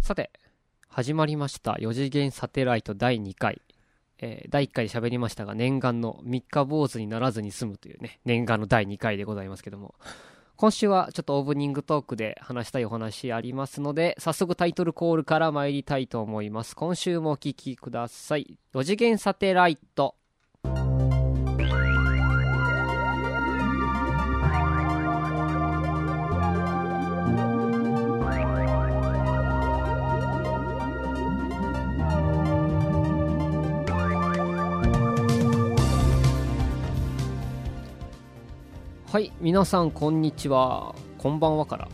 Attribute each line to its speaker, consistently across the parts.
Speaker 1: さて、始まりました。4次元サテライト第2回。えー第1回で喋りましたが、念願の3日坊主にならずに済むというね、念願の第2回でございますけども。今週はちょっとオープニングトークで話したいお話ありますので、早速タイトルコールから参りたいと思います。今週もお聞きください。4次元サテライト。はい、皆さんこんにちは。こんばんはから。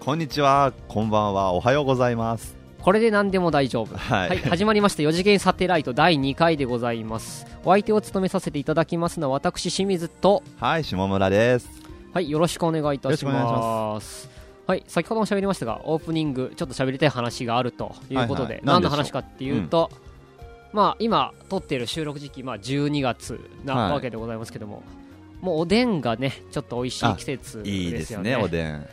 Speaker 2: こんにちは、こんばんは、おはようございます。
Speaker 1: これで何でも大丈夫。
Speaker 2: はい。
Speaker 1: はい、始まりました4次元サテライト第2回でございますお相手を務めさせていただきますのは私清水と
Speaker 2: はい、下村です。
Speaker 1: はいよろしくお願いいたし
Speaker 2: よろしくお願いし
Speaker 1: ますはい先ほども喋りましたがオープニングちょっと喋りたい話があるということで、
Speaker 2: はいはい
Speaker 1: 何の
Speaker 2: 何でしょう
Speaker 1: 話かっていうと、まあ今撮っている収録時期まあ12月な
Speaker 2: はい
Speaker 1: わけでございますけども、もうおでんがねちょっと美味しい季節ですよね
Speaker 2: いいですね、おでん。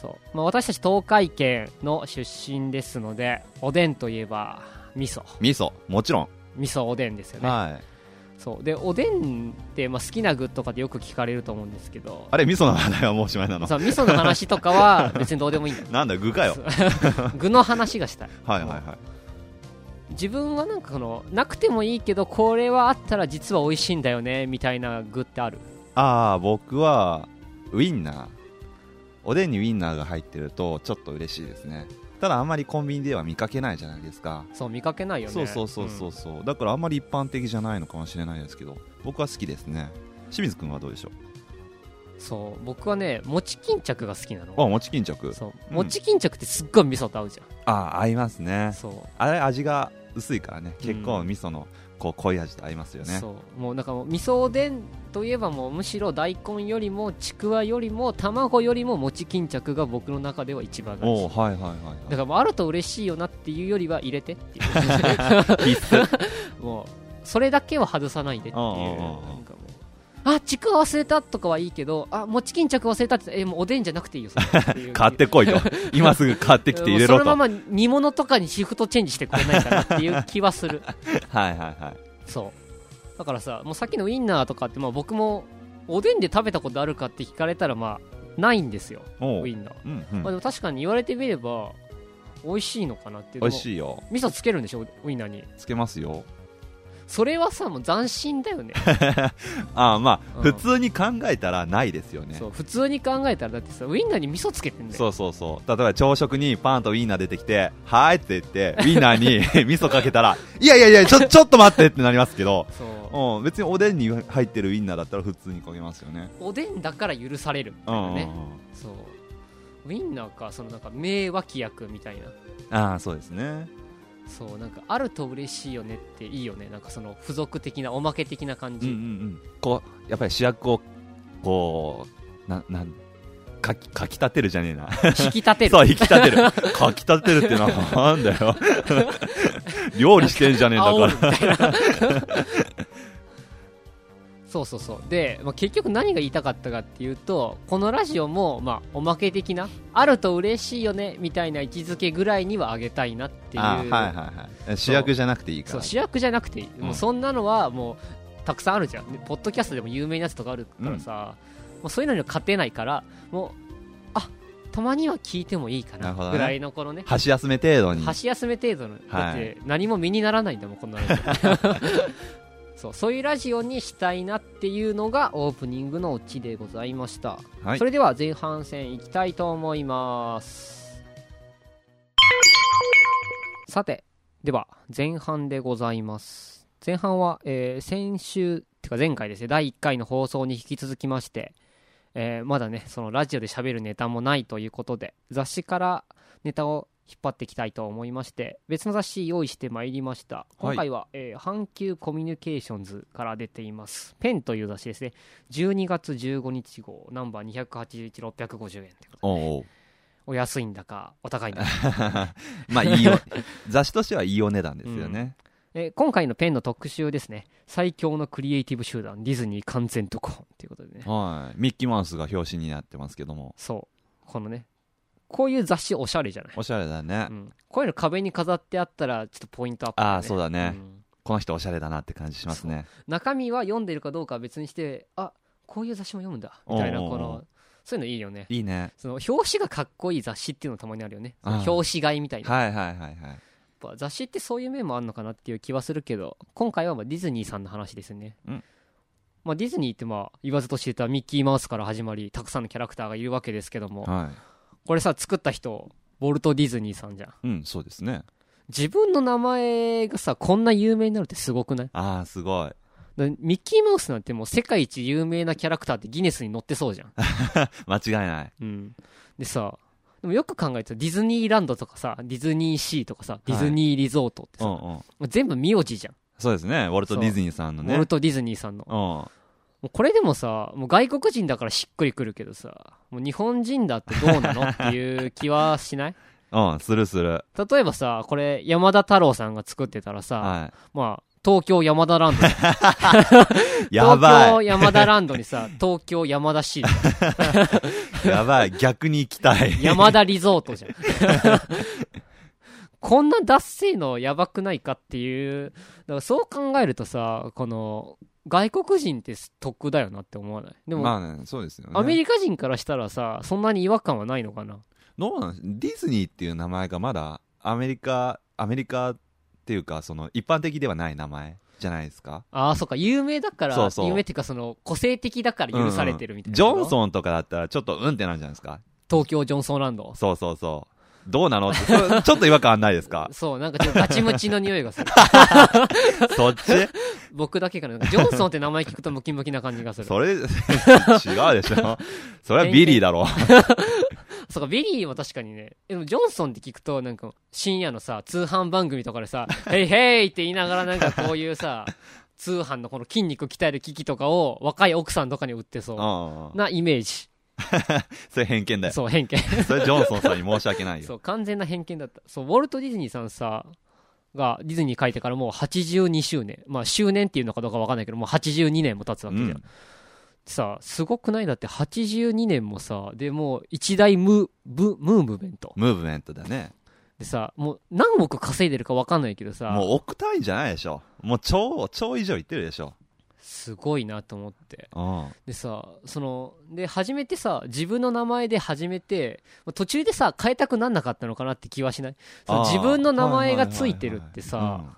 Speaker 1: そう、まあ、私たち東海圏の出身ですのでおでんといえば味噌
Speaker 2: 味噌、もちろん。
Speaker 1: 味噌おでんですよね、
Speaker 2: はい。
Speaker 1: そうでおでんって、まあ、好きな具とかでよく聞かれると思うんですけど
Speaker 2: あれ、味噌の話題はもうおしまいなの。
Speaker 1: そう味噌の話とか は別にどうでもいいんだ
Speaker 2: なんだ、具かよ。
Speaker 1: 具の話がしたい
Speaker 2: はいはいはい。
Speaker 1: 自分はなんかこのなくてもいいけどこれはあったら実は美味しいんだよねみたいな具ってある
Speaker 2: ああ、僕は、ウインナー。おでんにウインナーが入ってると、ちょっと嬉しいですね。ただ、あんまりコンビニでは見かけないじゃないですか。
Speaker 1: そう見かけないよね
Speaker 2: そうそうそうそううんそう。だから、あんまり一般的じゃないのかもしれないですけど、僕は好きですね。清水君はどうでしょ
Speaker 1: そう僕はね餅巾着が好きな
Speaker 2: うあ、
Speaker 1: の
Speaker 2: 餅巾着。
Speaker 1: そう
Speaker 2: うん
Speaker 1: 餅巾着ってすっごい味噌と合うじゃ
Speaker 2: ああ、合いますね
Speaker 1: ん。そう
Speaker 2: あれ味が薄いからね結構
Speaker 1: うん
Speaker 2: 味噌のこう濃い味と合いますよね、
Speaker 1: そうもうなんかもう味噌おでんといえばもうむしろ大根よりもちくわよりも卵よりも餅巾着が僕の中では一番大
Speaker 2: お
Speaker 1: 事
Speaker 2: おはいはいはい、
Speaker 1: だか
Speaker 2: は
Speaker 1: らもうあると嬉しいよなっていうよりは入れてっていう
Speaker 2: い、必須
Speaker 1: もうそれだけは外さないでっていう
Speaker 2: うんうんうんう
Speaker 1: なん
Speaker 2: ん
Speaker 1: かもうあちくわ忘れたとかはいいけどあ餅巾着忘れたってえもうおでんじゃなくていいよそれっていう
Speaker 2: 買ってこ いと今すぐ買ってきて入れろ
Speaker 1: もう
Speaker 2: と
Speaker 1: そのまま煮物とかにシフトチェンジしてくれないかなっていう気はする
Speaker 2: はいはいはい
Speaker 1: そうだからさもうさっきのウインナーとかって、まあ、僕もおでんで食べたことあるかって聞かれたらまあないんですよ
Speaker 2: おう
Speaker 1: ウインナー、
Speaker 2: うんうん
Speaker 1: まあ、でも確かに言われてみれば美味しいのかなって
Speaker 2: 美味
Speaker 1: い
Speaker 2: しいよ
Speaker 1: う味噌つけるんでしょウインナーに
Speaker 2: つけますよ
Speaker 1: それはさもう斬新だよね
Speaker 2: ああま
Speaker 1: う
Speaker 2: あ
Speaker 1: ん
Speaker 2: 普通に考えたらないですよね
Speaker 1: そう普通に考えたらだってさウインナーに味噌つけてんだよ
Speaker 2: そうそうそう例えば朝食にパンとウインナー出てきて「はーい」って言ってウインナー に味噌かけたら「いやいやいやちょちょっと待って」ってなりますけど、
Speaker 1: そう
Speaker 2: うん、別におでんに入ってるウインナーだったら普通にかけますよね
Speaker 1: おでんだから許されるみたいなね、
Speaker 2: うんうんうん
Speaker 1: そうウインナーかそのなんか名脇役みたいな
Speaker 2: ああそうですね
Speaker 1: そうなんかあると嬉しいよねっていいよねなんかその付属的なおまけ的な感じ、
Speaker 2: んこうやっぱり主役をこうななんかきかき立てるじゃねえな
Speaker 1: 引き立てる
Speaker 2: そう引き立てるかき立てるってのはなんだよ料理してんじゃねえんだ
Speaker 1: 煽
Speaker 2: か
Speaker 1: るみたいなそうそうそうで、まあ、結局何が言いたかったかっていうとこのラジオも、まあ、おまけ的なあると嬉しいよねみたいな位置づけぐらいにはあげたいなっていう
Speaker 2: らあーはいはいはい主役じゃなくていいか
Speaker 1: そう
Speaker 2: ら
Speaker 1: 主役じゃなくていい、もううんそんなのはもうたくさんあるじゃんでポッドキャストでも有名なやつとかあるからさ、もうそういうのには勝てないからもうあたまには聞いてもいいか
Speaker 2: な
Speaker 1: な
Speaker 2: るほど
Speaker 1: ぐ
Speaker 2: ね
Speaker 1: らいのこのね
Speaker 2: 箸休め程度に
Speaker 1: 箸休め程度の、だっ
Speaker 2: は
Speaker 1: て
Speaker 2: い
Speaker 1: 何も身にならないんだもんこん なのそうそういうラジオにしたいなっていうのがオープニングのオチでございました、
Speaker 2: はい
Speaker 1: それでは前半戦いきたいと思いますさてでは前半でございます前半は、えー先週てか前回ですね第1回の放送に引き続きまして、えーまだねそのラジオで喋るネタもないということで雑誌からネタを引っ張っていきたいと思いまして別の雑誌用意してまいりました今回は、えー阪急コミュニケーションズから出ていますペンという雑誌ですね12月15日号ナンバー281650円ってことで
Speaker 2: おうおう
Speaker 1: お安いんだかお高いん だか
Speaker 2: まあい いよ雑誌としてはいいお値段ですよね、
Speaker 1: えー今回のペンの特集ですね最強のクリエイティブ集団ディズニー完全特攻ということでね
Speaker 2: はいミッキーマウスが表紙になってますけども
Speaker 1: そうこのねこういう雑誌おしゃれじゃない、
Speaker 2: おしゃれだね、
Speaker 1: うん、こういうの壁に飾ってあったらちょっとポイントアップだよ、
Speaker 2: ああそうだね、
Speaker 1: ん
Speaker 2: この人おしゃれだなって感じしますね
Speaker 1: 中身は読んでるかどうかは別にしてあこういう雑誌も読むんだみたいな
Speaker 2: おうおう
Speaker 1: こ
Speaker 2: おう
Speaker 1: のそういうのいいよね
Speaker 2: いいね
Speaker 1: その表紙がかっこいい雑誌っていうのたまにあるよねその
Speaker 2: ああ
Speaker 1: 表紙買いみたいなやっ
Speaker 2: はいはいはいはい
Speaker 1: ぱ雑誌ってそういう面もあるのかなっていう気はするけど今回はまあディズニーさんの話ですね、
Speaker 2: うん
Speaker 1: まあ、ディズニーってまあ言わずと知れたミッキーマウスから始まりたくさんのキャラクターがいるわけですけども
Speaker 2: は
Speaker 1: これさ作った人ウォルト・ディズニーさんじゃん
Speaker 2: いうんそうですね
Speaker 1: 自分の名前がさこんな有名になるってすごくない
Speaker 2: ああすごい
Speaker 1: だミッキーマウスなんてもう世界一有名なキャラクターってギネスに載ってそうじゃん。
Speaker 2: 間違いない
Speaker 1: うん。でさ、でもよく考えてたらディズニーランドとかさ、ディズニーシーとかさ、ディズニーリゾートって
Speaker 2: う
Speaker 1: さ、
Speaker 2: んうん
Speaker 1: 全部名字じゃん。
Speaker 2: そうですねウォルト・
Speaker 1: そう
Speaker 2: ディズニーさんの
Speaker 1: ウ
Speaker 2: ね
Speaker 1: ォルト・ディズニーさんの。も
Speaker 2: うん
Speaker 1: うこれでもさ、もう外国人だからしっくりくるけどさ、もう日本人だってどうなのっていう気はしない
Speaker 2: うん、するする。
Speaker 1: 例えばさ、これ山田太郎さんが作ってたらさ、
Speaker 2: は
Speaker 1: まあ、東京山田ランド
Speaker 2: い。やば
Speaker 1: 東京山田ランドに さ、東京山田シー
Speaker 2: い。やばい。逆に行きた い。
Speaker 1: 山田リゾート じゃん。こんなダッセーのやばくないかっていう。だからそう考えるとさ、この、外国人って得だよなって思わないでも、
Speaker 2: まあね、そうですよね。
Speaker 1: アメリカ人からしたらさ、そんなに違和感はないのかな
Speaker 2: どうなんディズニーっていう名前がまだ、アメリカ、アメリカっていうか、その、一般的ではない名前じゃないですか。
Speaker 1: ああ、そっか、有名だから、
Speaker 2: そうそう
Speaker 1: 有名っていうかその、個性的だから許されてるみたいな
Speaker 2: ジ
Speaker 1: こと、
Speaker 2: ョンソンとかだったら、ちょっとうんってなるじゃないですか。
Speaker 1: 東京ジョンソンランド。
Speaker 2: そうそうそう。どうなのって、それちょっと違 和感ないですか
Speaker 1: そう、なんかちょっとガチムチの匂いがする。
Speaker 2: そっち
Speaker 1: 僕だけかな。なんかジョンソンって名前聞くとムキムキな感じがする。
Speaker 2: それ、違う でしょそれはビリーだろ。
Speaker 1: そうか、ビリーは確かにね、でもジョンソンって聞くと、なんか、深夜のさ、通販番組とかでさ、 ヘイヘイって言いながら、なんかこういうさ、 通販のこの筋肉鍛える機器とかを若い奥さんとかに売って
Speaker 2: う
Speaker 1: そ
Speaker 2: んうん
Speaker 1: う。。なイメージ。
Speaker 2: それ偏見だよ。
Speaker 1: そう、偏見。
Speaker 2: それジョンソンさんに申し訳ないよ。
Speaker 1: そう、完全な偏見だった。そう、ウォルト・ディズニーさんさ、が、ディズニー書いてからもう82周年。まあ、周年っていうのかどうかわかんないけど、もう82年も経つわけじゃん。
Speaker 2: うん
Speaker 1: さすごくないだって82年もさ、でもう一大ムブムーブメント。
Speaker 2: ムーブメントだね。
Speaker 1: でさもう何億稼いでるか分かんないけどさ
Speaker 2: もう億単位じゃないでしょ。もう超、超以上いってるでしょ。
Speaker 1: すごいなと思って
Speaker 2: うん。
Speaker 1: でさそので初めてさ自分の名前で始めてまあ途中でさ変えたくなんなかったのかなって気はしないその
Speaker 2: あー
Speaker 1: 自分の名前がついてるってさ、
Speaker 2: はいはいはいはいうん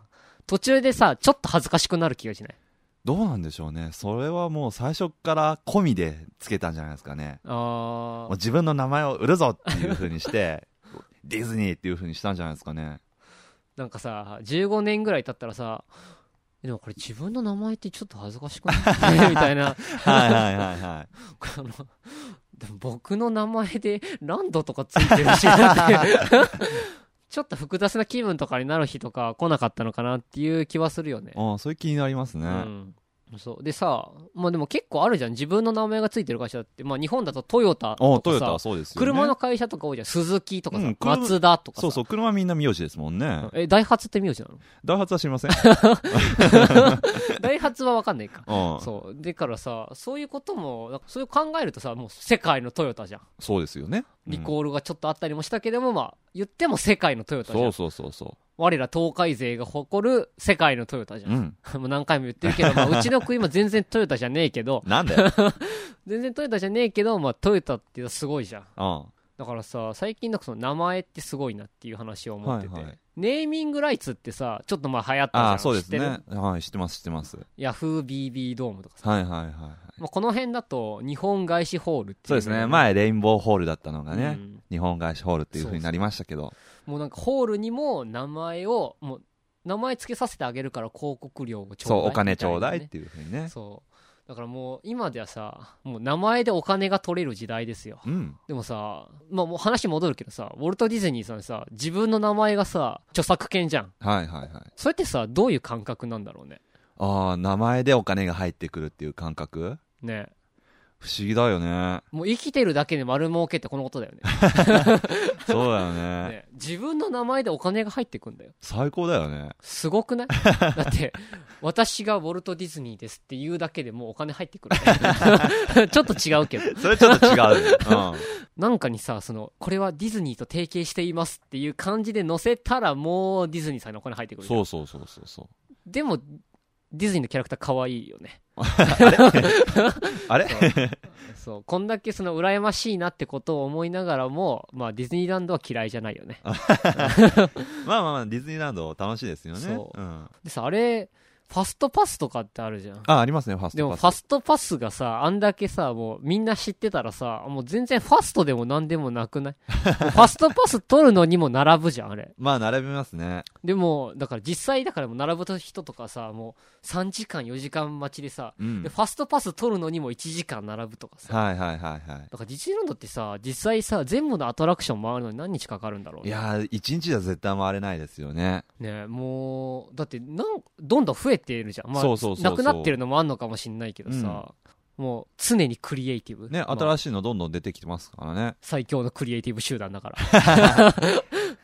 Speaker 1: 途中でさちょっと恥ずかしくなる気がしない
Speaker 2: どうなんでしょうね。それはもう最初から込みでつけたんじゃないですかね。
Speaker 1: あ
Speaker 2: もう
Speaker 1: ー
Speaker 2: 自分の名前を売るぞっていう風 にして、ディズニーっていう風にしたんじゃないですかね。
Speaker 1: なんかさ15年ぐらい経ったらさでもこれ自分の名前ってちょっと恥ずかしくない みたいな
Speaker 2: はいはいはいはい。
Speaker 1: このでも僕の名前でランドとかついてるしなって ちょっと複雑な気分とかになる日とか来なかったのかなっていう気はするよね、
Speaker 2: うん、それ気になりますね。
Speaker 1: うんそうでさまあでも結構あるじゃん自分の名前がついてる会社って、まあ、日本だとトヨタ
Speaker 2: お
Speaker 1: と
Speaker 2: ト
Speaker 1: か
Speaker 2: ヨタ
Speaker 1: さ
Speaker 2: はそうですよ、ね。
Speaker 1: 車の会社とか多いじゃん鈴木とかさ、
Speaker 2: うん車
Speaker 1: 松田とかさ
Speaker 2: そうそう、車みんな名字ですもんね。
Speaker 1: えダイハツって名字な の
Speaker 2: ダイハツは知 りません。
Speaker 1: ダイハツは分かんないか
Speaker 2: うん。そ
Speaker 1: そうでからさそういうこともなんかそういう考えるとさもう世界のトヨタじゃん
Speaker 2: うですよね。うん
Speaker 1: リコールがちょっとあったりもしたけども、まあ、言っても世界のトヨタじゃん。
Speaker 2: そうそうそうそ
Speaker 1: 我ら東海勢が誇る世界のトヨタじゃ。
Speaker 2: う。うんん。
Speaker 1: もう何回も言ってるけど、まあ、うちの国も全然トヨタじゃねえけど、
Speaker 2: なんだよ。うん。
Speaker 1: 全然トヨタじゃねえけど、まあ、トヨタってすごいじゃん。
Speaker 2: は
Speaker 1: だからさ、最近なんかその名前ってすごいなっていう話を思って
Speaker 2: い
Speaker 1: て。
Speaker 2: はい。
Speaker 1: ネーミングライツってさ、ちょっとまあ流行ったじゃ
Speaker 2: あ
Speaker 1: ん。
Speaker 2: あ、そうです
Speaker 1: 知って
Speaker 2: ね
Speaker 1: る。
Speaker 2: はい、知ってます、知ってます。
Speaker 1: ヤフー BB ドームとかさ。
Speaker 2: はいはいはいはい。
Speaker 1: まあ、この辺だと、日本外資ホールっていう。
Speaker 2: そうですね。前、レインボーホールだったのが
Speaker 1: う
Speaker 2: ね、
Speaker 1: ん
Speaker 2: 日本外資ホールっていう風になりましたけど。
Speaker 1: もうなんかホールにも名前をもう名前付けさせてあげるから広告料をちょうだい
Speaker 2: そう、お金
Speaker 1: み
Speaker 2: ち
Speaker 1: た
Speaker 2: ょ
Speaker 1: いうな
Speaker 2: だ
Speaker 1: ね
Speaker 2: いっていう風にね。
Speaker 1: そうだからもう今ではさもう名前でお金が取れる時代ですよ
Speaker 2: うん。
Speaker 1: でもさまあもう話戻るけどさウォルト・ディズニーさんさ自分の名前がさ著作権じゃん
Speaker 2: はいはいはい。
Speaker 1: それってさどういう感覚なんだろうね
Speaker 2: ああ、名前でお金が入ってくるっていう感覚
Speaker 1: ね
Speaker 2: 不思議だよね。
Speaker 1: もう生きてるだけで丸儲けってこのことだよね
Speaker 2: そうだよね
Speaker 1: ね、自分の名前でお金が入ってくんだよ
Speaker 2: 最高だよね
Speaker 1: すごく ないだって私がウォルト・ディズニーですって言うだけでもうお金入ってくる ねちょっと違うけど
Speaker 2: それちょっと違う ね、うん、
Speaker 1: なんかにさそのこれはディズニーと提携していますっていう感じで載せたらもうディズニーさんのお金入ってくるじゃん
Speaker 2: そうそうそうそうそう
Speaker 1: でもディズニーのキャラクター可愛いよね
Speaker 2: あれ
Speaker 1: そうこんだけその羨ましいなってことを思いながらも、まあ、ディズニーランドは嫌いじゃないよね
Speaker 2: まあまあまあディズニーランド楽しいですよね
Speaker 1: そ
Speaker 2: うん、あ
Speaker 1: でさあれファストパスとかってあるじゃん
Speaker 2: ありますねファス
Speaker 1: で
Speaker 2: ト
Speaker 1: も
Speaker 2: パス
Speaker 1: ファストパスがさあんだけさもうみんな知ってたらさもう全然ファストでも何でもな くないもうファストパス取るのにも並ぶじゃんあれ
Speaker 2: まあ並びますね
Speaker 1: でもだから実際だからもう並ぶ人とかさもう3時間4時間待ちでさ、
Speaker 2: うん
Speaker 1: でファストパス取るのにも1時間並ぶとかさ
Speaker 2: はいはいはいは
Speaker 1: だからディズニーランドってさ実際さ全部のアトラクション回るのに何日かかるんだろう
Speaker 2: いい
Speaker 1: ね
Speaker 2: やー一日じゃ絶対回れないですよね
Speaker 1: ねもうだってなんどんどん増えてるじゃん、まあ、
Speaker 2: そうそうそうそう
Speaker 1: なくなってるのもあんのかもしんないけどさ、もう常にクリエイティブ、
Speaker 2: ね
Speaker 1: まあ
Speaker 2: 新しいのどんどん出てきてますからね
Speaker 1: 最強のクリエイティブ集団だから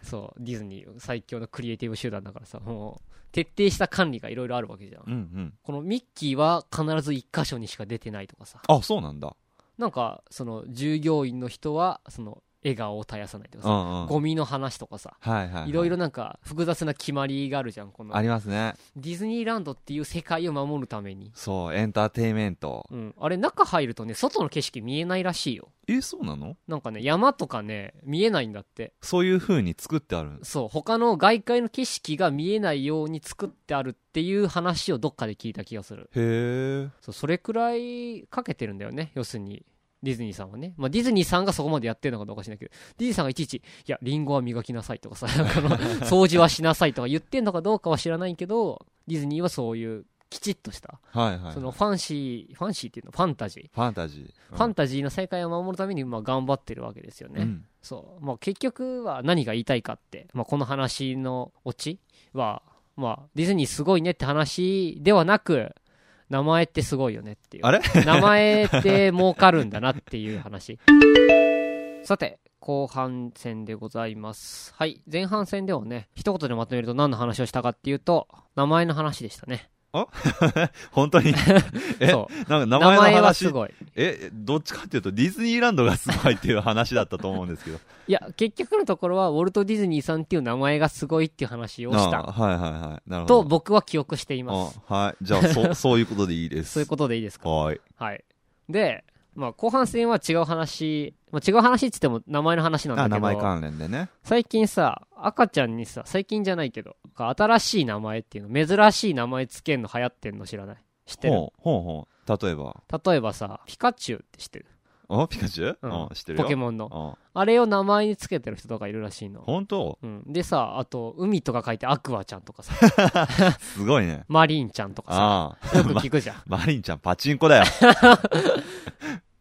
Speaker 1: そうディズニー最強のクリエイティブ集団だからさもう徹底した管理がいろいろあるわけじゃん
Speaker 2: うんうん
Speaker 1: このミッキーは必ず1箇所にしか出てないとかさ
Speaker 2: あそうなんだ
Speaker 1: なんかその従業員の人はその笑顔を絶やさないとか
Speaker 2: う
Speaker 1: さ、
Speaker 2: んうん
Speaker 1: ゴミの話とかさ
Speaker 2: はいはい
Speaker 1: ろいろ
Speaker 2: ろ
Speaker 1: なんか複雑な決まりがあるじゃんこの
Speaker 2: ありますね
Speaker 1: ディズニーランドっていう世界を守るために、
Speaker 2: そうエンターテインメント
Speaker 1: うん、あれ中入るとね外の景色見えないらしいよ
Speaker 2: えそうなの
Speaker 1: なんかね山とかね見えないんだって
Speaker 2: そういう風に作ってあるんです
Speaker 1: そう他の外界の景色が見えないように作ってあるっていう話をどっかで聞いた気がする
Speaker 2: へえ
Speaker 1: そうそれくらいかけてるんだよね要するにディズニーさんはね、まあ、ディズニーさんがそこまでやってるのかどうかしないけどディズニーさんがいちいち「いやリンゴは磨きなさい」とかさ この掃除はしなさいとか言ってんのかどうかは知らないけどディズニーはそういうきちっとした、
Speaker 2: はいはい
Speaker 1: そのファンシーファンシーっていうのファンタジー、
Speaker 2: ファンタジー
Speaker 1: ファンタジーの世界を守るためにまあ頑張ってるわけですよね、
Speaker 2: うん
Speaker 1: そう、まあ、結局は何が言いたいかって、まあ、この話のオチは、まあ、ディズニーすごいねって話ではなく名前ってすごいよねっていう
Speaker 2: あれ
Speaker 1: 名前って儲かるんだなっていう 話さて後半戦でございますはい前半戦ではね一言でまとめると何の話をしたかっていうと名前の話でしたね
Speaker 2: 本当にえ
Speaker 1: そう
Speaker 2: な
Speaker 1: 名
Speaker 2: んか名前の
Speaker 1: 前は
Speaker 2: 話
Speaker 1: すごい
Speaker 2: えどっちかっていうとディズニーランドがすごいっていう話だったと思うん ですけど
Speaker 1: いや結局のところはウォルト・ディズニーさんっていう名前がすごいっていう話をした
Speaker 2: あはいはいはいなるほ
Speaker 1: と
Speaker 2: ど
Speaker 1: 僕は記憶しています
Speaker 2: あはいじゃあ そそういうことでいいです
Speaker 1: そういうことでいいですか
Speaker 2: はい
Speaker 1: はいで、まあ、後半戦は違う話、まあ、違う話って言っても名前の話なんだ
Speaker 2: あ
Speaker 1: けど
Speaker 2: 名前関連でね
Speaker 1: 最近さ赤ちゃんにさ最近じゃないけど新しい名前っていうの珍しい名前つけんの流行ってんの知らない知ってる
Speaker 2: ほうほうほう例えば
Speaker 1: 例えばさピカチュウって知ってる
Speaker 2: あピカチュウ、
Speaker 1: う
Speaker 2: うんん、知ってるよ
Speaker 1: ポケモンの
Speaker 2: うん
Speaker 1: あれを名前につけてる人とかいるらしいの、
Speaker 2: 本当
Speaker 1: うん、でさあと海とか書いてアクアちゃんとか さ
Speaker 2: すごいね
Speaker 1: マリンちゃんとかさ
Speaker 2: ああ
Speaker 1: よく聞くじゃん
Speaker 2: マリンちゃんパチンコだよ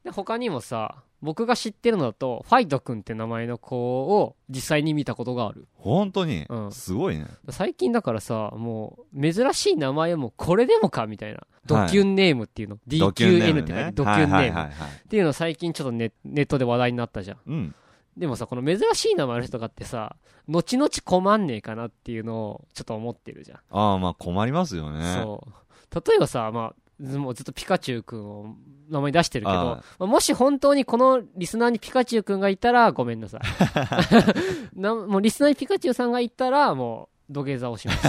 Speaker 1: で他にもさ僕が知ってるのだとファイト君って名前の子を実際に見たことがある
Speaker 2: 本当に、
Speaker 1: うん
Speaker 2: すごいね
Speaker 1: 最近だからさもう珍しい名前もこれでもかみたいなドキュンネームっていうの、DQN って書いてドキュンネーム、
Speaker 2: はいはいはいはい
Speaker 1: っていうの最近ちょっとネネットで話題になったじゃん
Speaker 2: うん
Speaker 1: でもさこの珍しい名前の人とかってさ後々困んねえかなっていうのをちょっと思ってるじゃん、
Speaker 2: ああまあ困りますよね
Speaker 1: そう例えばさまあずもうずっとピカチュウくんを名前出してるけど
Speaker 2: ああ
Speaker 1: まあもし本当にこのリスナーにピカチュウくんがいたらごめんな さいなもうリスナーにピカチュウさんがいたらもう土下座をします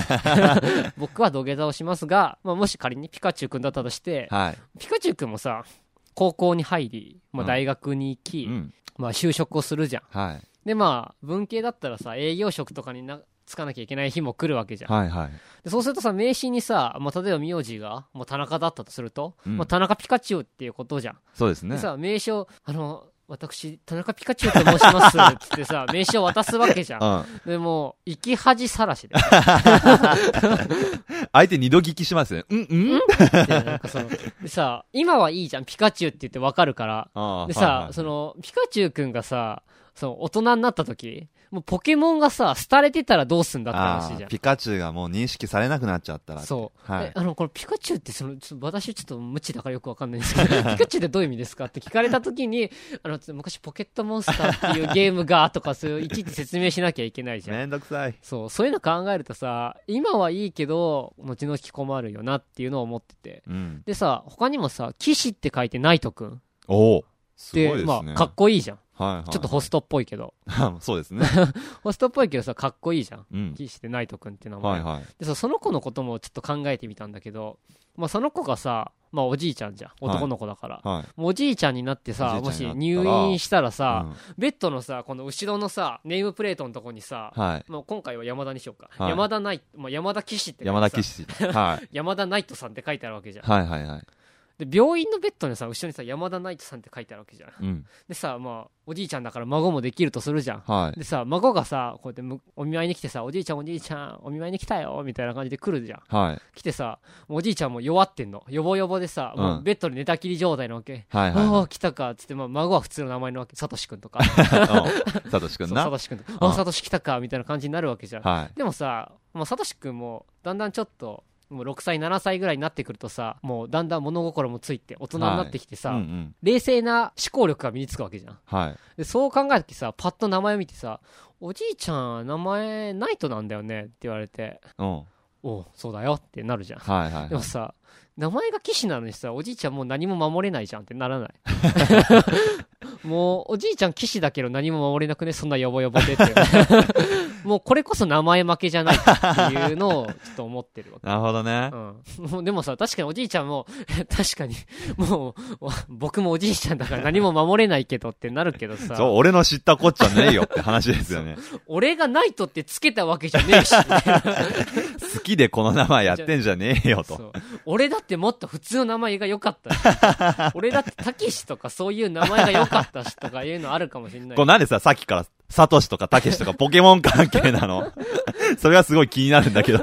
Speaker 1: 僕は土下座をしますが、まあ、もし仮にピカチュウくんだったとして
Speaker 2: はい、
Speaker 1: ピカチュウくんもさ高校に入り、まあ、
Speaker 2: うん
Speaker 1: 大学に行き、
Speaker 2: うん
Speaker 1: まあ、就職をするじゃん
Speaker 2: はい、
Speaker 1: でまあ文系だったらさ営業職とかになつかなきゃいけない日も来るわけじゃん
Speaker 2: はいはい
Speaker 1: でそうするとさ名刺にさ、まあ、例えば名字が、まあ、田中だったとすると、
Speaker 2: うん
Speaker 1: まあ、田中ピカチュウっていうことじゃん、
Speaker 2: そうですね
Speaker 1: でさ名刺をあの私田中ピカチュウと申しますっつって さ名刺を渡すわけじゃん
Speaker 2: うん、
Speaker 1: でもう生き恥さらしで
Speaker 2: 相手二度聞きしますねうんうん
Speaker 1: なんかそのでさ今はいいじゃんピカチュウって言ってわかるから
Speaker 2: ああ
Speaker 1: で
Speaker 2: はい
Speaker 1: さ、
Speaker 2: はい
Speaker 1: そのピカチュウくんがさその大人になった時、もうポケモンがさ、廃れてたらどうすんだって
Speaker 2: あ
Speaker 1: 話じ
Speaker 2: ー
Speaker 1: ゃん。
Speaker 2: ピカチュウがもう認識されなくなっちゃったら
Speaker 1: そう、
Speaker 2: はい
Speaker 1: えあのこのピカチュウってそのちょっと私ちょっと無知だからよくわかんないんですけど ピカチュウってどういう意味ですかって聞かれた時にあの昔ポケットモンスターっていうゲームがとかそういういちいち説明しなきゃいけないじゃん
Speaker 2: めんどくさい
Speaker 1: そうそういうの考えるとさ今はいいけど後々困るよなっていうのを思ってて
Speaker 2: うん
Speaker 1: でさ他にもさ「騎士」って書いて「ナイトくん」っ
Speaker 2: おおすごい
Speaker 1: て
Speaker 2: ですね、
Speaker 1: まあかっこいいじゃん
Speaker 2: はいはい、
Speaker 1: ちょっとホストっぽいけど
Speaker 2: そうですね、
Speaker 1: ホストっぽいけどさかっこいいじゃん
Speaker 2: うん、
Speaker 1: 騎士ってナイトくんって名前、
Speaker 2: はいはい
Speaker 1: でそうその子のこともちょっと考えてみたんだけど、まあ、その子がさ、まあ、おじいちゃんじゃん
Speaker 2: い
Speaker 1: 男の子だから、
Speaker 2: はい
Speaker 1: もうおじいちゃんになってさ
Speaker 2: お
Speaker 1: も
Speaker 2: じいち
Speaker 1: し
Speaker 2: ゃんになった
Speaker 1: 入
Speaker 2: ら
Speaker 1: 院したらさ、
Speaker 2: うん
Speaker 1: ベッドのさこの後ろのさネームプレートのとこにさ、
Speaker 2: はい
Speaker 1: もう今回は山田にしようか、
Speaker 2: はい
Speaker 1: 山田ナイト、まあ、山田騎士って書いてさ
Speaker 2: 山田騎士、はい、
Speaker 1: 山田ナイトさんって書いてあるわけじゃん
Speaker 2: はいはいはい、
Speaker 1: で病院のベッドにさ後ろにさ山田ナイトさんって書いてあるわけじゃん
Speaker 2: うん、
Speaker 1: でさまあおじいちゃんだから孫もできるとするじゃん
Speaker 2: はい
Speaker 1: でさ孫がさこうやってむお見舞いに来てさおじいちゃんおじいちゃんお見舞いに来たよみたいな感じで来るじゃん
Speaker 2: はい
Speaker 1: 来てさもうおじいちゃんも弱ってんのよぼよぼでさ、もううんベッドで寝たきり状態なわけ、
Speaker 2: はい
Speaker 1: あ
Speaker 2: は
Speaker 1: あ来たかっつって、まあ、孫は普通の名前のわけさとしくんとか
Speaker 2: いうん。さとしく
Speaker 1: そうんさ
Speaker 2: な。
Speaker 1: としくんとか
Speaker 2: うん
Speaker 1: あさとし来たかみたいな感じになるわけじゃん、
Speaker 2: は
Speaker 1: でもさ、まあ、さとしくんもだんだんちょっともう6歳7歳ぐらいになってくるとさもうだんだん物心もついて大人になってきて
Speaker 2: い。う
Speaker 1: さ、
Speaker 2: んうん。
Speaker 1: 冷静な思考力が身につくわけじゃん
Speaker 2: はい。
Speaker 1: でそう考えた時さパッと名前を見てさ「おじいちゃん名前ナイトなんだよね」って言われて
Speaker 2: うん。はい
Speaker 1: 「おうそうだよ」ってなるじゃん
Speaker 2: はいはい。
Speaker 1: でもさ、名前が騎士なのにさ、おじいちゃんもう何も守れないじゃんってな らない。もう、おじいちゃん騎士だけど何も守れなくね、そんなヨボヨボで って。もうこれこそ名前負けじゃないかっていうのをちょっと思ってるわけ。
Speaker 2: なるほどね。
Speaker 1: うん、もうでもさ確かにおじいちゃんも 確かにもうわ僕もおじいちゃんだから何も守れないけどってなるけどさ
Speaker 2: そう、俺の知ったこっちゃねえよって話ですよね。
Speaker 1: 俺がナイトってつけたわけじゃねえし
Speaker 2: 好きでこの名前やってんじゃねえよ
Speaker 1: そ
Speaker 2: と。
Speaker 1: う俺だってもっと普通の名前が良か ったし俺だってたけしとかそういう名前が良かったしとかいうのあるかもしれない
Speaker 2: これなんでさ、さっきから、サトシとかタケシとかポケモン関係なの それはすごい気になるんだ けど。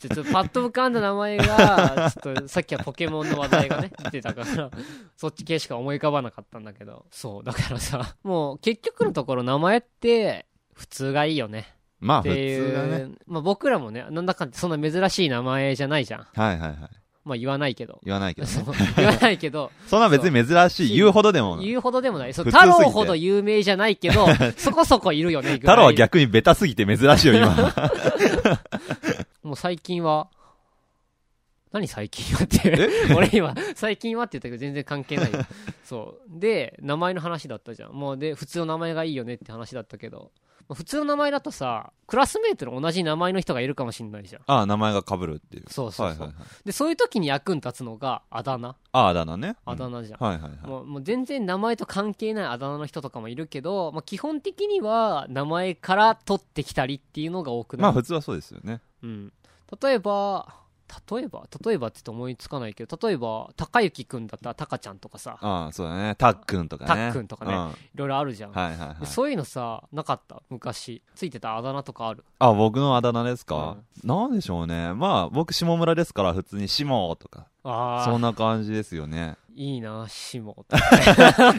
Speaker 1: ちょちょっとパッと浮かんだ名前 がちょっとさっきはポケモンの話題がね出てたからそっち系しか思い浮かばなかったんだけどそうだからさもう結局のところ名前って普通がいいよね
Speaker 2: まあ、
Speaker 1: って
Speaker 2: 普
Speaker 1: い
Speaker 2: 通だね。
Speaker 1: う、まあ、僕らもねなんだかんだそんな珍しい名前じゃないじゃん
Speaker 2: はいはいはい。
Speaker 1: まあ言わないけど
Speaker 2: 言わないけど ね。
Speaker 1: そう言わないけど
Speaker 2: そんな別に珍しい、言うほどでもない。
Speaker 1: 言うほどでもない。そう
Speaker 2: 普通
Speaker 1: 太
Speaker 2: すぎて
Speaker 1: 郎ほど有名じゃないけ ど、そこそこいるよね、ぐら
Speaker 2: 太
Speaker 1: い
Speaker 2: 郎は逆にベタすぎて珍しいよ、 今。
Speaker 1: もう最近は、何最近はって。
Speaker 2: え
Speaker 1: 俺今、最近はって言ったけど全然関係ないよ。そう。で、名前の話だったじゃん。もうで、普通の名前がいいよねって話だったけど、まあ普通の名前だとさ、クラスメートの同じ名前の人がいるかもしんないじゃん。
Speaker 2: ああ、名前が被るっていう。
Speaker 1: そうそうそう。
Speaker 2: はいはいはい。
Speaker 1: で、そういう時に役に立つのがあだ名。
Speaker 2: ああだ名ね。
Speaker 1: あだ
Speaker 2: 名。
Speaker 1: 名じゃん。
Speaker 2: はいはいはい。
Speaker 1: もうもう全然名前と関係ないあだ名の人とかもいるけど、まあ、基本的には名前から取ってきたりっていうのが多く
Speaker 2: ま
Speaker 1: な
Speaker 2: あ
Speaker 1: る、
Speaker 2: 普通はそうですよね。
Speaker 1: うん、例えば例えば例えばって言って思いつかないけど例えば高之くんだったらタカちゃんとかさ
Speaker 2: ああ、そうだね。たっくんとかね。
Speaker 1: たっくんとかね
Speaker 2: うんはい
Speaker 1: いろいろあるじゃん、
Speaker 2: はいはい
Speaker 1: で。そういうのさなかった昔ついてたあだ名とかある
Speaker 2: あ、僕のあだ名ですか、なんでしょうね。まあ僕下村ですから普通に下とか、そ
Speaker 1: あ
Speaker 2: んな感じですよね。
Speaker 1: いいなしも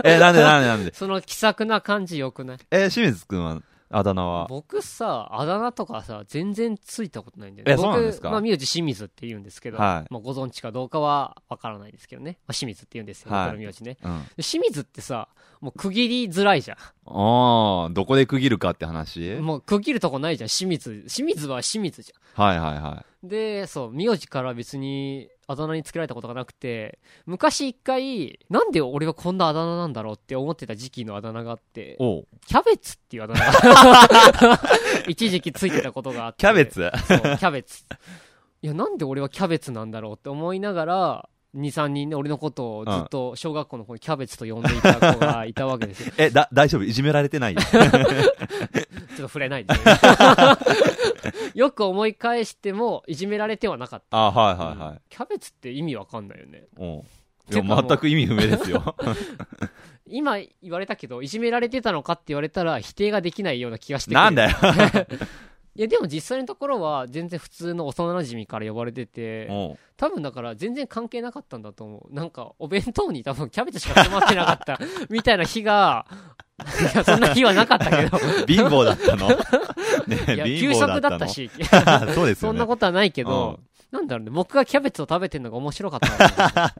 Speaker 2: え、なんでなんでなんで。
Speaker 1: その気さくな感じよくない
Speaker 2: えー清水くんは、あだ名は。
Speaker 1: 僕さあだ名とかさ全然ついたことないんだよ
Speaker 2: え
Speaker 1: ね
Speaker 2: そうなんですか
Speaker 1: 僕まあ名字清水って言うんですけど、
Speaker 2: はい
Speaker 1: まあ、ご存知かどうかはわからないですけどね、まあ、清水って言うんですよ、
Speaker 2: はい
Speaker 1: 僕の名字ね
Speaker 2: うん。あ
Speaker 1: で清水ってさもう区切りづらいじゃ
Speaker 2: あ、どこで区切るかって話
Speaker 1: んもう区切るとこないじゃん清水清水は清水じ
Speaker 2: はいはいは
Speaker 1: ゃんでそう名字から別にあだ名につけられたことがなくて昔一回なんで俺はこんなあだ名なんだろうって思ってた時期のあだ名があっ
Speaker 2: い。
Speaker 1: て
Speaker 2: おう
Speaker 1: キャベツっていうあだ名が 一時期ついてたことがあって
Speaker 2: キャベツ
Speaker 1: そうキャベツ。いや、なんで俺はキャベツなんだろうって思いながら、2、3人ね、俺のことをずっと小学校の頃にキャベツと呼んでいた子がいたわけです よ。
Speaker 2: え、だ、大丈夫いじめられてないよ。
Speaker 1: ちょっと触れ ないですよね。よく思い返しても、いじめられてはなかっ
Speaker 2: あはい
Speaker 1: た。
Speaker 2: はいは
Speaker 1: うん
Speaker 2: い。
Speaker 1: キャベツって意味わかんないよね。
Speaker 2: おうい
Speaker 1: てか
Speaker 2: や、
Speaker 1: もう
Speaker 2: 全く意味不明ですよ。
Speaker 1: 今言われたけど、いじめられてたのかって言われたら、否定ができないような気がしてくる
Speaker 2: なんだよ。
Speaker 1: いや、でも実際のところは、全然普通の幼馴染から呼ばれてて、
Speaker 2: おう
Speaker 1: 多分だから全然関係なか ったんだと思うなんかお弁当に多分キャベツしか詰まってなかったみたいな日がいやそんな日はなかった けど
Speaker 2: 貧乏だった の
Speaker 1: い
Speaker 2: ね
Speaker 1: や
Speaker 2: 貧
Speaker 1: 給
Speaker 2: 乏だ
Speaker 1: 食
Speaker 2: った
Speaker 1: だ
Speaker 2: の
Speaker 1: ったし
Speaker 2: そうです
Speaker 1: そ
Speaker 2: よ
Speaker 1: ん
Speaker 2: ね
Speaker 1: なことはないけど、なんだろうね僕がキャベツを食べてるのが面白かったのか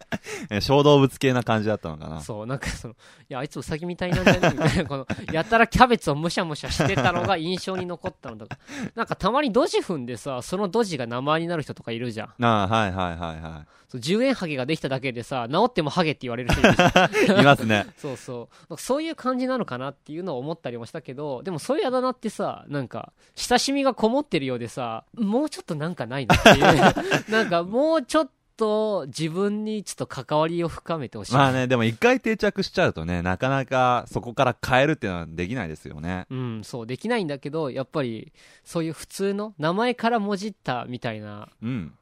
Speaker 2: え小動物系な感じだったのか
Speaker 1: な
Speaker 2: な
Speaker 1: そうなんかそのいやあいつウサギみたいなんじゃねみたいなこのやたらキャベツをむしゃむしゃしてたのが印象に残ったの とかなんかたまにドジ踏んでさそのドジが名前になる人とかいるじゃん
Speaker 2: ああはいはいはいは
Speaker 1: そう10円ハゲができただけでさ治ってもハゲって言われる人いるじゃん
Speaker 2: いいます ね
Speaker 1: そうそうなんかそういう感じなのかなっていうのを思ったりもしたけどでもそういうあだ名ってさなんか親しみがこもってるようでさもうちょっとなんかないのっていう なんかもうちょっと自分にちょっと関わりを深めてほしい、
Speaker 2: まあねでも一回定着しちゃうとねなかなかそこから変えるっていうのはできないですよね
Speaker 1: うんそうできないんだけどやっぱりそういう普通の名前からもじったみたいな
Speaker 2: うん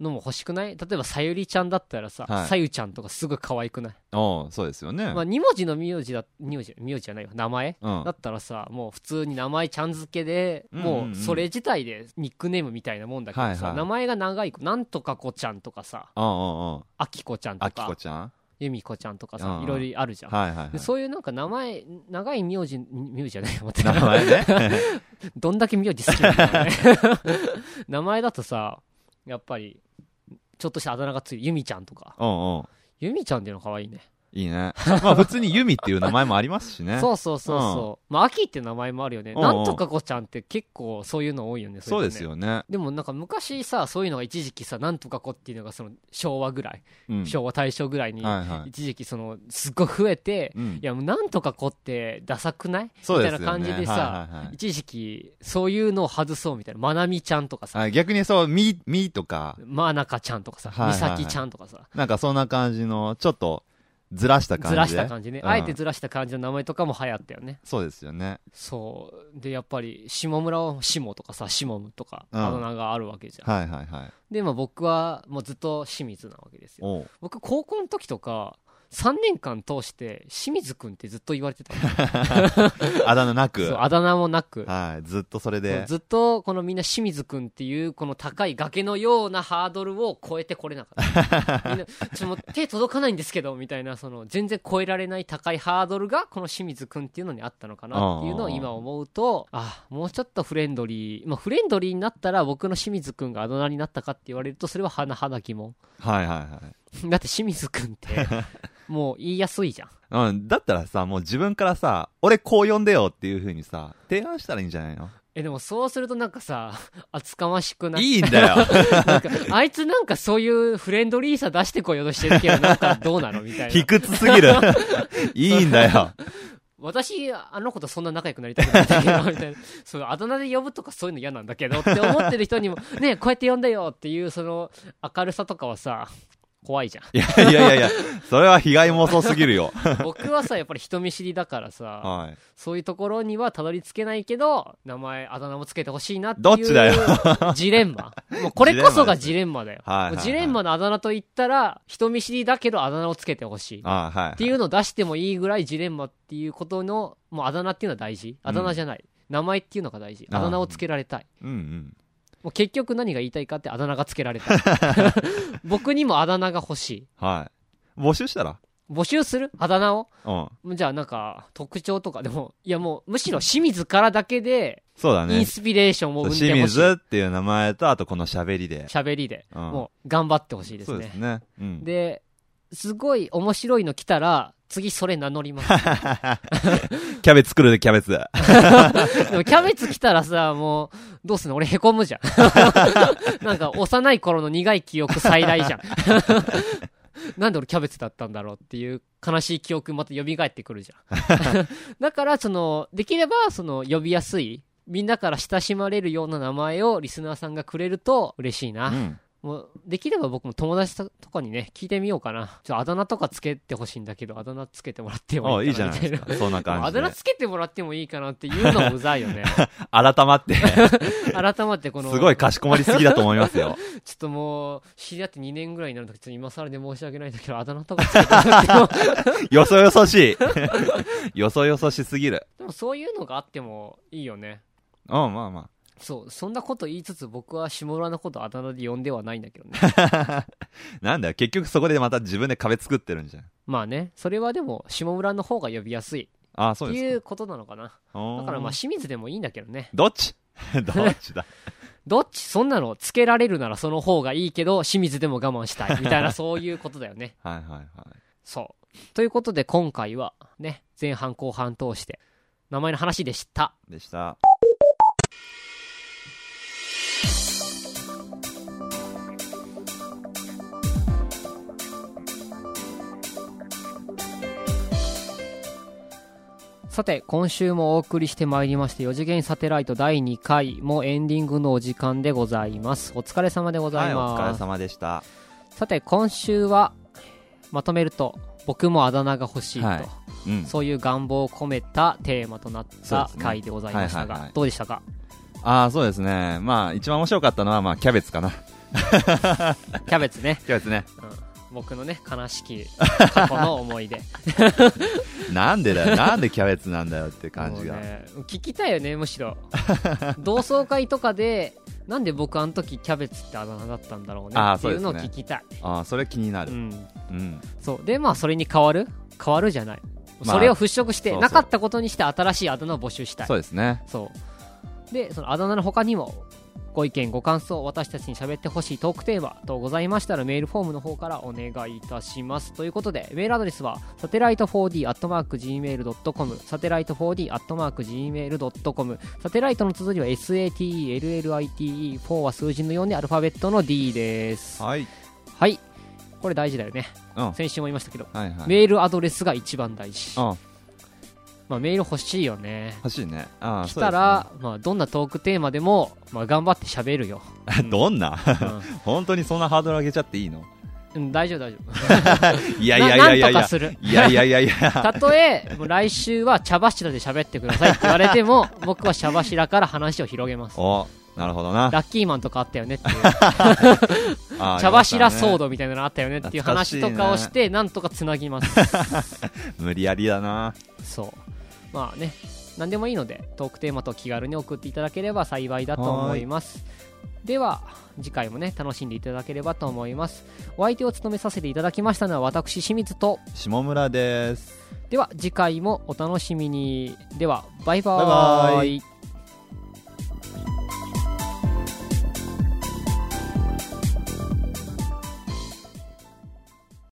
Speaker 1: のも欲しくない例えばさゆりちゃんだったらさ、
Speaker 2: はい
Speaker 1: さゆちゃんとかすごい可愛くない、
Speaker 2: おうそうですよね、
Speaker 1: まあ、2文字の名字だ名字名字じゃないよ名前
Speaker 2: うん
Speaker 1: だったらさもう普通に名前ちゃん付けで、
Speaker 2: うんうんうん
Speaker 1: もうそれ自体でニックネームみたいなもんだけどさ、
Speaker 2: はいはい
Speaker 1: 名前が長い子なんとか子ちゃんとかさ
Speaker 2: うんうんうん
Speaker 1: あきこちゃんと
Speaker 2: あき
Speaker 1: か
Speaker 2: こちゃん
Speaker 1: ゆみこちゃんとか
Speaker 2: うん
Speaker 1: さ
Speaker 2: うん
Speaker 1: いろいろあるじゃん、
Speaker 2: はいはい、はい
Speaker 1: で、そういうなんか名前長い名字名字じゃないよ待って
Speaker 2: 名前ね
Speaker 1: どんだけ名字好きなんだろうね名前だとさやっぱりちょっとしたあだ名がついてゆみちゃんとか
Speaker 2: うんうん
Speaker 1: ゆみちゃんっていうの可愛いね
Speaker 2: いいねまあ普通にユミっていう名前もありますしね
Speaker 1: そうそうそうそう、まあ秋って名前もあるよね、
Speaker 2: うんうん
Speaker 1: なんとか子ちゃんって結構そういうの多いよね
Speaker 2: そう
Speaker 1: いのね
Speaker 2: ですよね、
Speaker 1: でもなんか昔さそういうのが一時期さなんとか子っていうのがその昭和ぐらい、
Speaker 2: うん、
Speaker 1: 昭和大正ぐらいに
Speaker 2: はいはい
Speaker 1: 一時期そのすっごい増えて、
Speaker 2: うん
Speaker 1: いやもうなんとか子ってダサくない
Speaker 2: そうですよ
Speaker 1: みた
Speaker 2: ね
Speaker 1: いな感じでさ
Speaker 2: はいはいはい
Speaker 1: 一時期そういうのを外そうみたいなまなみちゃんとかさ、
Speaker 2: あ逆にそう、み、みとか、
Speaker 1: まなかちゃんとかさ、
Speaker 2: はいはいはい
Speaker 1: みさきちゃんとかさ
Speaker 2: なんかそんな感じの、ちょっと、ずらした感じで。
Speaker 1: ずらした感じね、
Speaker 2: うん
Speaker 1: あえてずらした感じの名前とかも流行ったよね
Speaker 2: そうですよね。
Speaker 1: そうでやっぱり下村は下とかさ下むとか
Speaker 2: うん
Speaker 1: あの名があるわけじゃん、
Speaker 2: はいはいはい。
Speaker 1: でまあ僕はもうずっと清水なわけですよ
Speaker 2: おう
Speaker 1: 僕高校の時とか3年間通して清水くんってずっと言われてたの
Speaker 2: あだ名な
Speaker 1: そ
Speaker 2: く
Speaker 1: う。あだ名もなく、
Speaker 2: はい。ずっとそれ
Speaker 1: そう
Speaker 2: で。
Speaker 1: ずっとこのみんな清水くんっていうこの高い崖のようなハードルを越えてこれなかった みんなちょっともう手届かないんですけどみたいなその全然越えられない高いハードルがこの清水くんっていうのにあったのかなっていうのを今思うとあもうちょっとフレンドリー、まあ、フレンドリーになったら僕の清水くんがあだ名になったかって言われるとそれは甚だ疑問
Speaker 2: はいはいはい。
Speaker 1: だって清水くんって もう言いやすいじゃん
Speaker 2: うん、だったらさ、もう自分からさ、俺こう呼んでよっていう風にさ、提案したらいいんじゃないの
Speaker 1: えでもそうするとなんかさ 厚かましく ない
Speaker 2: いいんだよ
Speaker 1: なんかあいつなんかそういうフレンドリーさ出してこようとしてるけどなんかどうなのみたい
Speaker 2: 卑
Speaker 1: な
Speaker 2: 屈す ぎるいいんだよ
Speaker 1: 私あの子とそんな仲良くなりたくないんだけどみたいな そうあだ名で呼ぶとかそういうの嫌なんだけどって思ってる人にもねこうやって呼んだよっていうその明るさとかはさ怖いじゃん
Speaker 2: いやいやいやいや、それは被害妄想すぎるよ。
Speaker 1: 僕はさやっぱり人見知りだからさ
Speaker 2: はい。
Speaker 1: そういうところにはたどり着けないけど名前あだ名もつけてほしいなっていう
Speaker 2: どっちだよ
Speaker 1: ジレンマ。もうこれこそがジレンマだよ。
Speaker 2: はいはいはい
Speaker 1: もうジレンマのあだ名と言ったら、人見知りだけどあだ名をつけてほしい。っ
Speaker 2: あはい。
Speaker 1: ていうのを出してもいいぐらいジレンマっていうことの、もうあだ名っていうのは大事。あだ名じゃない。名前っていうのが大事。
Speaker 2: あー
Speaker 1: あだ名をつけられたい。
Speaker 2: うんうん。
Speaker 1: もう結局何が言いたいかってあだ名がつけられ たい。僕にもあだ名が欲しい。
Speaker 2: はい。募集したら
Speaker 1: 募集するあだ名を
Speaker 2: うん。
Speaker 1: じゃあなんか特徴とかでもいやもうむしろ清水からだけで
Speaker 2: そうだね。
Speaker 1: インスピレーションを生ん
Speaker 2: 清
Speaker 1: でほしい
Speaker 2: 水っていう名前と、あとこの喋りで。
Speaker 1: 喋りで
Speaker 2: うん
Speaker 1: もう頑張ってほしいです
Speaker 2: そう
Speaker 1: ね
Speaker 2: ですね。うん。
Speaker 1: ですごい面白いの来たら次それ名乗 ります
Speaker 2: キャベツ作るで、キャベツ。
Speaker 1: でもキャベツ来たらさもうどうすんの俺へこむ じゃんなんか幼い頃の苦い記憶再来じゃん なんで俺キャベツだったんだろうっていう悲しい記憶また蘇ってくるじゃん だからそのできればその呼びやすいみんなから親しまれるような名前をリスナーさんがくれると嬉しいな、
Speaker 2: うん。
Speaker 1: もうできれば僕も友達とかにね聞いてみようかなちょあだ名とかつけてほしいんだけどあだ名つけてもらっても
Speaker 2: あ
Speaker 1: い
Speaker 2: い
Speaker 1: い
Speaker 2: い
Speaker 1: か
Speaker 2: じゃ
Speaker 1: な
Speaker 2: な
Speaker 1: み
Speaker 2: い
Speaker 1: たい
Speaker 2: で
Speaker 1: な
Speaker 2: すか。そんな
Speaker 1: あ
Speaker 2: 感じ
Speaker 1: だ
Speaker 2: で
Speaker 1: 名。つけてもらってもいいかなっていうのもうざいよ ね
Speaker 2: 改まって、す
Speaker 1: 改まって この
Speaker 2: ごいかしこまりすぎだと思いま すよ。
Speaker 1: ちょっともう知り合って2年ぐらいになるとちょっと今更で申し訳ないんだけどあだ名とかつけてもらっても
Speaker 2: よそよそしい。 よそよそしすぎる。
Speaker 1: でもそういうのがあってもいいよね
Speaker 2: うん、まあま
Speaker 1: そうそんなこと言いつつ僕は下村のことあだ名で呼んではないんだけど ね
Speaker 2: あ。なんだよ、結局そこでまた自分で壁作ってるんじゃん。
Speaker 1: まあねそれはでも下村の方が呼びやすい
Speaker 2: あそ
Speaker 1: っ
Speaker 2: う
Speaker 1: て
Speaker 2: です
Speaker 1: い
Speaker 2: か
Speaker 1: うことなのかなだ
Speaker 2: だ
Speaker 1: からまあ清水でもいいんだけどね
Speaker 2: どっち どっちだ
Speaker 1: どっちそんなのつけられるならその方がいいけど清水でも我慢したいみたいな そういうことだよね
Speaker 2: はいはいはい
Speaker 1: そうということで今回はね前半後半通して名前の話でした
Speaker 2: でした
Speaker 1: さて今週もお送りしてまいりました4次元サテライト第2回もエンディングのお時間でございますお疲れ様でござ
Speaker 2: はいいお
Speaker 1: ます、
Speaker 2: 疲れ様でした
Speaker 1: さて今週はまとめると僕もあだ名が欲しいと、
Speaker 2: はいうん
Speaker 1: そういう願望を込めたテーマとなっ
Speaker 2: そう
Speaker 1: た
Speaker 2: ですね
Speaker 1: 回でございました
Speaker 2: はいはい
Speaker 1: が
Speaker 2: はい
Speaker 1: どうでしたか
Speaker 2: ああそうですねまあ一番面白かったのはまあキャベツかな
Speaker 1: キャベツね
Speaker 2: キャベツね
Speaker 1: 僕のね悲し き過去の思い出
Speaker 2: なんでだよ なんでキャベツなんだよって感じ
Speaker 1: も
Speaker 2: が、
Speaker 1: うね聞きたいよねむし ろ同窓会とかでなんで僕あの時キャベツってあだ名だったんだろうね
Speaker 2: あー
Speaker 1: っていうのを
Speaker 2: そう
Speaker 1: 聞
Speaker 2: ですね
Speaker 1: きたい
Speaker 2: ああそれ気にな
Speaker 1: う
Speaker 2: る
Speaker 1: ん
Speaker 2: うん
Speaker 1: そうでまあそれに変わる変わるじゃない、
Speaker 2: まあ
Speaker 1: それを払拭して
Speaker 2: そうそう
Speaker 1: なかったことにして新しいあだ名を募集したい
Speaker 2: そうですね
Speaker 1: そうでそのあだ名の他にもご意見ご感想私たちに喋ってほしいトークテーマ等ございましたらメールフォームの方からお願いいたしますということでメールアドレスはサテライト 4d.gmail.com サテライト 4d.gmail.com サテライトの綴りは SATELLITE4 は数字の4でアルファベットの D です
Speaker 2: はい
Speaker 1: はいこれ大事だよね
Speaker 2: うんはい
Speaker 1: 先週も言いましたけど、
Speaker 2: はい
Speaker 1: メールアドレスが一番大事、
Speaker 2: うん
Speaker 1: まあ、メール欲しいよね
Speaker 2: 欲しいねああ
Speaker 1: 来たら、まあ、どんなトークテーマでも、まあ、頑張って喋るよ、
Speaker 2: そうですね どんな
Speaker 1: う
Speaker 2: 本当にそんなハードル上げちゃっていいの
Speaker 1: んうん、大丈夫大丈夫
Speaker 2: いやいやいやいや
Speaker 1: なな
Speaker 2: い
Speaker 1: んと
Speaker 2: や
Speaker 1: かする
Speaker 2: いやいやいやいや
Speaker 1: たとえもう来週は茶柱で喋ってくださいって言われて も僕は茶柱から話を広げます
Speaker 2: おなるほどな
Speaker 1: ラッキーマンとかあったよねって いう
Speaker 2: あ ー
Speaker 1: 茶柱
Speaker 2: よ
Speaker 1: 騒
Speaker 2: かっ
Speaker 1: 動みたいなのあったよねっていう
Speaker 2: 懐かし
Speaker 1: 話
Speaker 2: い
Speaker 1: と
Speaker 2: ね
Speaker 1: かをしてなんとかつなぎます
Speaker 2: たね無理やりだな
Speaker 1: そうまあね何でもいいのでトークテーマと気軽に送っていただければ幸いだと思いますでは次回もね楽しんでいただければと思いますお相手を務めさせていただきましたのは私清水と
Speaker 2: 下村です
Speaker 1: では次回もお楽しみにではバイバ
Speaker 2: バイバ
Speaker 1: イ